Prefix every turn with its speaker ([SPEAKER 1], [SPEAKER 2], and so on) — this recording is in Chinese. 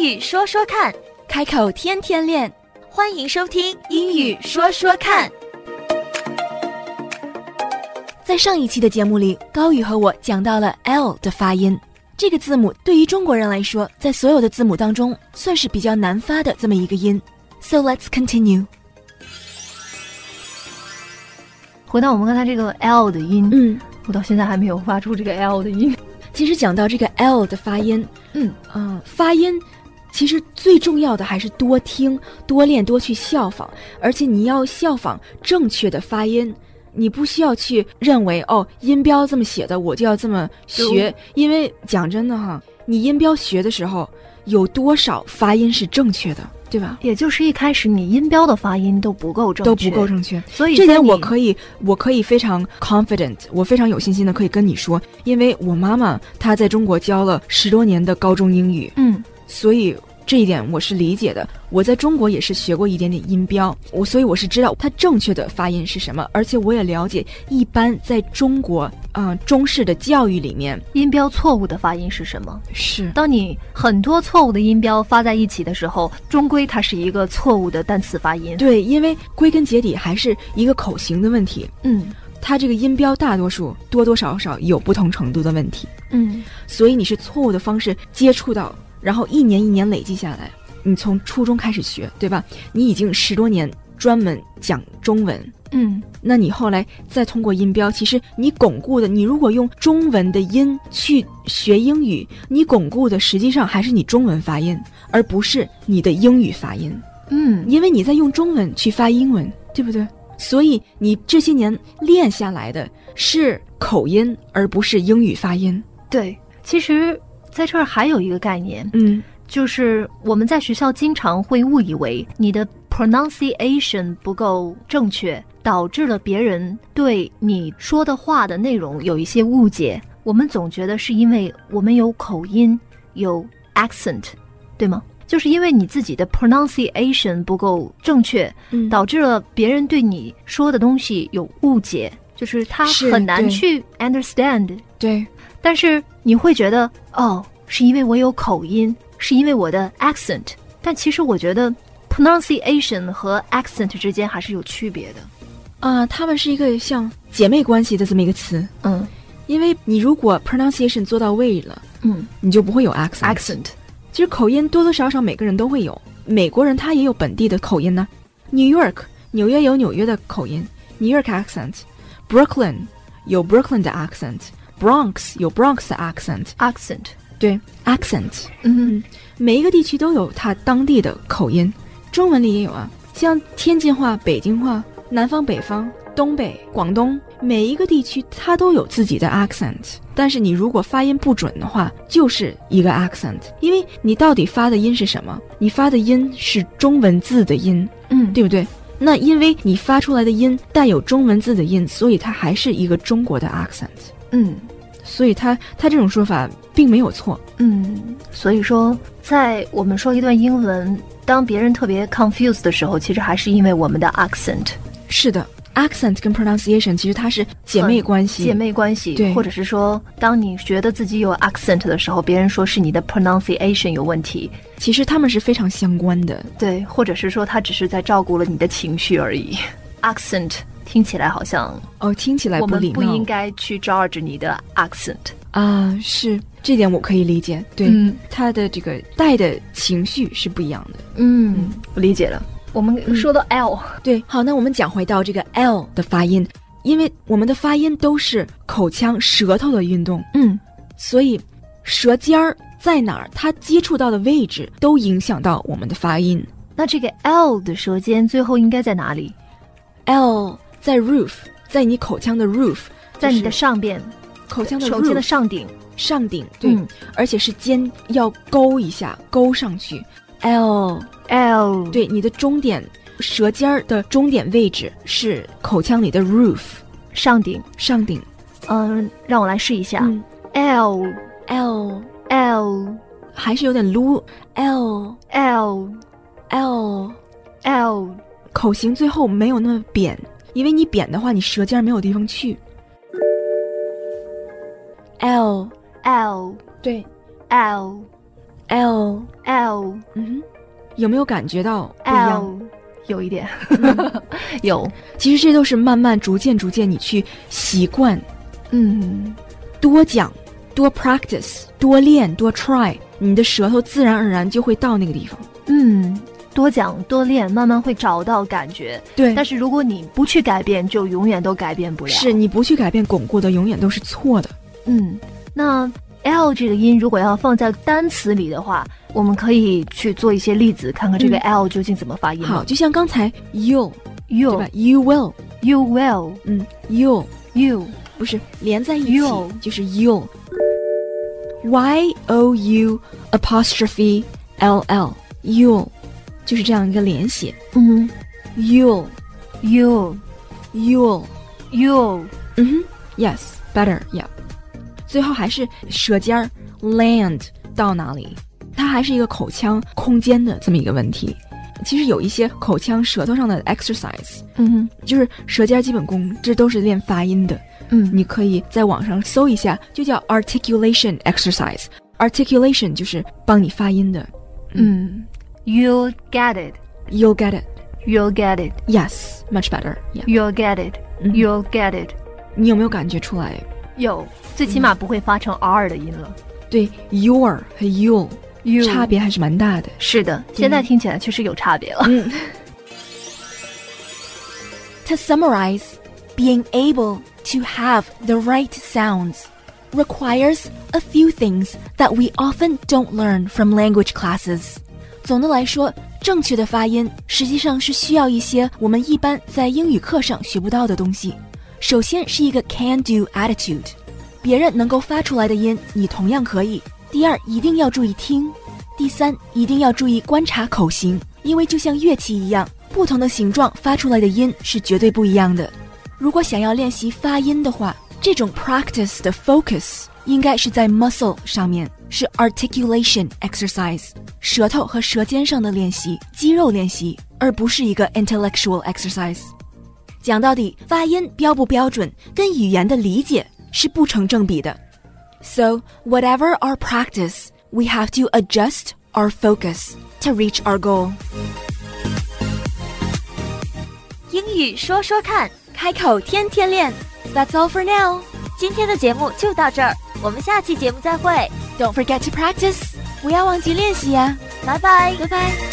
[SPEAKER 1] 语说说看，
[SPEAKER 2] 开口天天练，
[SPEAKER 1] 欢迎收听英语说说看。
[SPEAKER 2] 在上一期的节目里，高宇和我讲到了 L 的发音。这个字母对于中国人来说，在所有的字母当中算是比较难发的这么一个音。So let's continue。
[SPEAKER 3] 回到我们刚才这个 L 的音，
[SPEAKER 2] 嗯，
[SPEAKER 3] 我到现在还没有发出这个 L 的音。
[SPEAKER 2] 其实讲到这个 L 的发音，
[SPEAKER 3] 嗯
[SPEAKER 2] 嗯、发音其实最重要的还是多听、多练、多去效仿，而且你要效仿正确的发音。你不需要去认为哦，音标这么写的，我就要这么学
[SPEAKER 3] 对。
[SPEAKER 2] 因为讲真的哈，你音标学的时候，有多少发音是正确的，对吧？
[SPEAKER 3] 也就是一开始你音标的发音都不够正
[SPEAKER 2] 都
[SPEAKER 3] 确，
[SPEAKER 2] 不够正确。
[SPEAKER 3] 所以
[SPEAKER 2] 这
[SPEAKER 3] 在
[SPEAKER 2] 点
[SPEAKER 3] 你
[SPEAKER 2] 我可以，我可以非常 confident，我非常有信心的可以跟你说，因为我妈妈她在中国教了十多年的高中英语，
[SPEAKER 3] 嗯
[SPEAKER 2] 所以这一点我是理解的。我在中国也是学过一点点音标，我所以我是知道它正确的发音是什么，而且我也了解一般在中国，嗯、中式的教育里面
[SPEAKER 3] 音标错误的发音是什么？
[SPEAKER 2] 是
[SPEAKER 3] 当你很多错误的音标发在一起的时候，终归它是一个错误的单词发音。
[SPEAKER 2] 对，因为归根结底还是一个口型的问题，
[SPEAKER 3] 嗯
[SPEAKER 2] 它这个音标大多数多多少少有不同程度的问题。
[SPEAKER 3] 嗯，
[SPEAKER 2] 所以你是错误的方式接触到，然后一年一年累积下来，你从初中开始学，对吧？你已经十多年专门讲中文，
[SPEAKER 3] 嗯，
[SPEAKER 2] 那你后来再通过音标，其实你巩固的，你如果用中文的音去学英语，你巩固的实际上还是你中文发音，而不是你的英语发音，
[SPEAKER 3] 嗯，
[SPEAKER 2] 因为你在用中文去发英文，对不对？所以你这些年练下来的是口音，而不是英语发音。
[SPEAKER 3] 对。其实，在这儿还有一个概念，
[SPEAKER 2] 嗯，
[SPEAKER 3] 就是我们在学校经常会误以为你的 pronunciation 不够正确，导致了别人对你说的话的内容有一些误解。我们总觉得是因为我们有口音，有 accent，对吗？就是因为你自己的 pronunciation 不够正确，
[SPEAKER 2] 嗯
[SPEAKER 3] 导致了别人对你说的东西有误解，就是他
[SPEAKER 2] 是
[SPEAKER 3] 很难
[SPEAKER 2] 对
[SPEAKER 3] 去 understand
[SPEAKER 2] 对。
[SPEAKER 3] 但是你会觉得哦，是因为我有口音，是因为我的 accent。但其实我觉得 pronunciation 和 accent 之间还是有区别的。
[SPEAKER 2] 啊、他们是一个像姐妹关系的这么一个词，
[SPEAKER 3] 嗯
[SPEAKER 2] 因为你如果 pronunciation 做到位了，
[SPEAKER 3] 嗯
[SPEAKER 2] 你就不会有 accent。
[SPEAKER 3] ，accent
[SPEAKER 2] 其实口音多多少少每个人都会有，美国人他也有本地的口音呢、New York 纽约有纽约的口音，New York accent，Brooklyn 有 Brooklyn 的 accent，Bronx 有 Bronx 的 accent，
[SPEAKER 3] accent，
[SPEAKER 2] 对 accent，
[SPEAKER 3] 嗯
[SPEAKER 2] 每一个地区都有它当地的口音，中文里也有啊，像天津话、北京话、南方、北方、东北、广东，每一个地区它都有自己的 accent。但是你如果发音不准的话，就是一个 accent，因为你到底发的音是什么？你发的音是中文字的音，
[SPEAKER 3] 嗯，
[SPEAKER 2] 对不对？那因为你发出来的音带有中文字的音，所以它还是一个中国的 accent，
[SPEAKER 3] 嗯
[SPEAKER 2] 所以它它这种说法并没有错。
[SPEAKER 3] 嗯。所以说，在我们说一段英文，当别人特别 confused 的时候，其实还是因为我们的 accent
[SPEAKER 2] 是的，accent 跟 pronunciation 其实它是姐妹关系。
[SPEAKER 3] 姐妹关系，
[SPEAKER 2] 对
[SPEAKER 3] 或者是说，当你觉得自己有 accent 的时候，别人说是你的 pronunciation 有问题，
[SPEAKER 2] 其实它们是非常相关的。
[SPEAKER 3] 对，或者是说他只是在照顾了你的情绪而已。accent 听起来好像
[SPEAKER 2] 哦，听起来
[SPEAKER 3] 我
[SPEAKER 2] 不
[SPEAKER 3] 们
[SPEAKER 2] 礼貌。
[SPEAKER 3] 不应该去 judge 你的 accent。
[SPEAKER 2] 啊，是这点我可以理解。对，
[SPEAKER 3] 嗯
[SPEAKER 2] 它的这个带的情绪是不一样的。
[SPEAKER 3] 嗯，我理解了。嗯我们说到 L，
[SPEAKER 2] 对，好，那我们讲回到这个 L 的发音，因为我们的发音都是口腔、舌头的运动，
[SPEAKER 3] 嗯
[SPEAKER 2] 所以舌尖儿在哪儿，它接触到的位置都影响到我们的发音。
[SPEAKER 3] 那这个 L 的舌尖最后应该在哪里？
[SPEAKER 2] L 在 roof，在你口腔的 roof，
[SPEAKER 3] 在你
[SPEAKER 2] 就
[SPEAKER 3] 的
[SPEAKER 2] 是
[SPEAKER 3] 上边，
[SPEAKER 2] 口腔的 roof,
[SPEAKER 3] 舌尖的上顶。
[SPEAKER 2] 上顶，对，
[SPEAKER 3] 嗯
[SPEAKER 2] 而且是尖要勾一下，勾上去。L，
[SPEAKER 3] L，，
[SPEAKER 2] 对，你的终点，舌尖儿的终点位置是口腔里的 roof
[SPEAKER 3] 上顶。
[SPEAKER 2] 上顶。
[SPEAKER 3] 嗯，让我来试一下。
[SPEAKER 2] 嗯
[SPEAKER 3] L
[SPEAKER 2] ，L
[SPEAKER 3] L
[SPEAKER 2] 还是有点撸，L
[SPEAKER 3] L
[SPEAKER 2] L，
[SPEAKER 3] L，
[SPEAKER 2] 口型最后没有那么扁，因为你扁的话，你舌尖儿没有地方去。L，
[SPEAKER 3] L
[SPEAKER 2] 对
[SPEAKER 3] L
[SPEAKER 2] L
[SPEAKER 3] L
[SPEAKER 4] 嗯哼，有没有感觉到不一样？
[SPEAKER 3] L 有一点嗯 有，
[SPEAKER 4] 其实这都是慢慢、逐渐、逐渐，你去习惯，
[SPEAKER 3] 嗯，
[SPEAKER 4] 多讲、多 practice、多练、多 try，你的舌头自然而然就会到那个地方。
[SPEAKER 3] 嗯，多讲多练，慢慢会找到感觉。
[SPEAKER 4] 对
[SPEAKER 3] 但是如果你不去改变，就永远都改变不了。
[SPEAKER 4] 是，你不去改变巩固的，永远都是错的。
[SPEAKER 3] 嗯，那 L 这个音如果要放在单词里的话，我们可以去做一些例子，看看这个
[SPEAKER 4] 嗯
[SPEAKER 3] L 究竟怎么发音。
[SPEAKER 4] 好，就像刚才 you 对
[SPEAKER 3] ，you
[SPEAKER 4] 吧？you will，
[SPEAKER 3] you will
[SPEAKER 4] 嗯，you
[SPEAKER 3] you
[SPEAKER 4] 不是连在一起
[SPEAKER 3] You
[SPEAKER 4] 就是 you。Y O U apostrophe L L you 就是这样一个连写
[SPEAKER 3] 嗯
[SPEAKER 4] you
[SPEAKER 3] you
[SPEAKER 4] you
[SPEAKER 3] you
[SPEAKER 4] 嗯哼，yes better yeah。最后还是舌尖儿 land 到哪里，它还是一个口腔空间的这么一个问题。其实有一些口腔舌头上的 exercise，
[SPEAKER 3] 嗯
[SPEAKER 4] 就是舌尖基本功，这都是练发音的。
[SPEAKER 3] 嗯
[SPEAKER 4] 你可以在网上搜一下，就叫 articulation exercise。articulation 就是帮你发音的。
[SPEAKER 3] 嗯，you get it
[SPEAKER 4] You'll get it.
[SPEAKER 3] you get it
[SPEAKER 4] Yes, much better. Yeah.
[SPEAKER 3] you get it
[SPEAKER 4] 嗯
[SPEAKER 3] you get it
[SPEAKER 4] 你有没有感觉出来？
[SPEAKER 3] 有，最起码不会发成 R 的音了。
[SPEAKER 4] 对 your 和 you
[SPEAKER 3] you
[SPEAKER 4] 差别还是蛮大的。
[SPEAKER 3] 是的，嗯现在听起来确实有差别了。
[SPEAKER 2] To summarize, being able to have the right sounds requires a few things that we often don't learn from language classes. 总的来说，正确的发音实际上是需要一些我们一般在英语课上学不到的东西。首先是一个 can-do attitude，别人能够发出来的音，你同样可以。第二，一定要注意听；第三，一定要注意观察口型，因为就像乐器一样，不同的形状发出来的音是绝对不一样的。如果想要练习发音的话，这种 practice 的 focus 应该是在 muscle 上面，是 articulation exercise，舌头和舌尖上的练习，肌肉练习，而不是一个 intellectual exercise。讲到底，发音标不标准跟语言的理解是不成正比的。So, whatever our practice, we have to adjust our focus to reach our goal. 英语说说看，开口天天练。That's all for now. 今天的节目就到这儿，我们下期节目再会。Don't forget to practice. 不要忘记练习呀、拜拜，拜拜。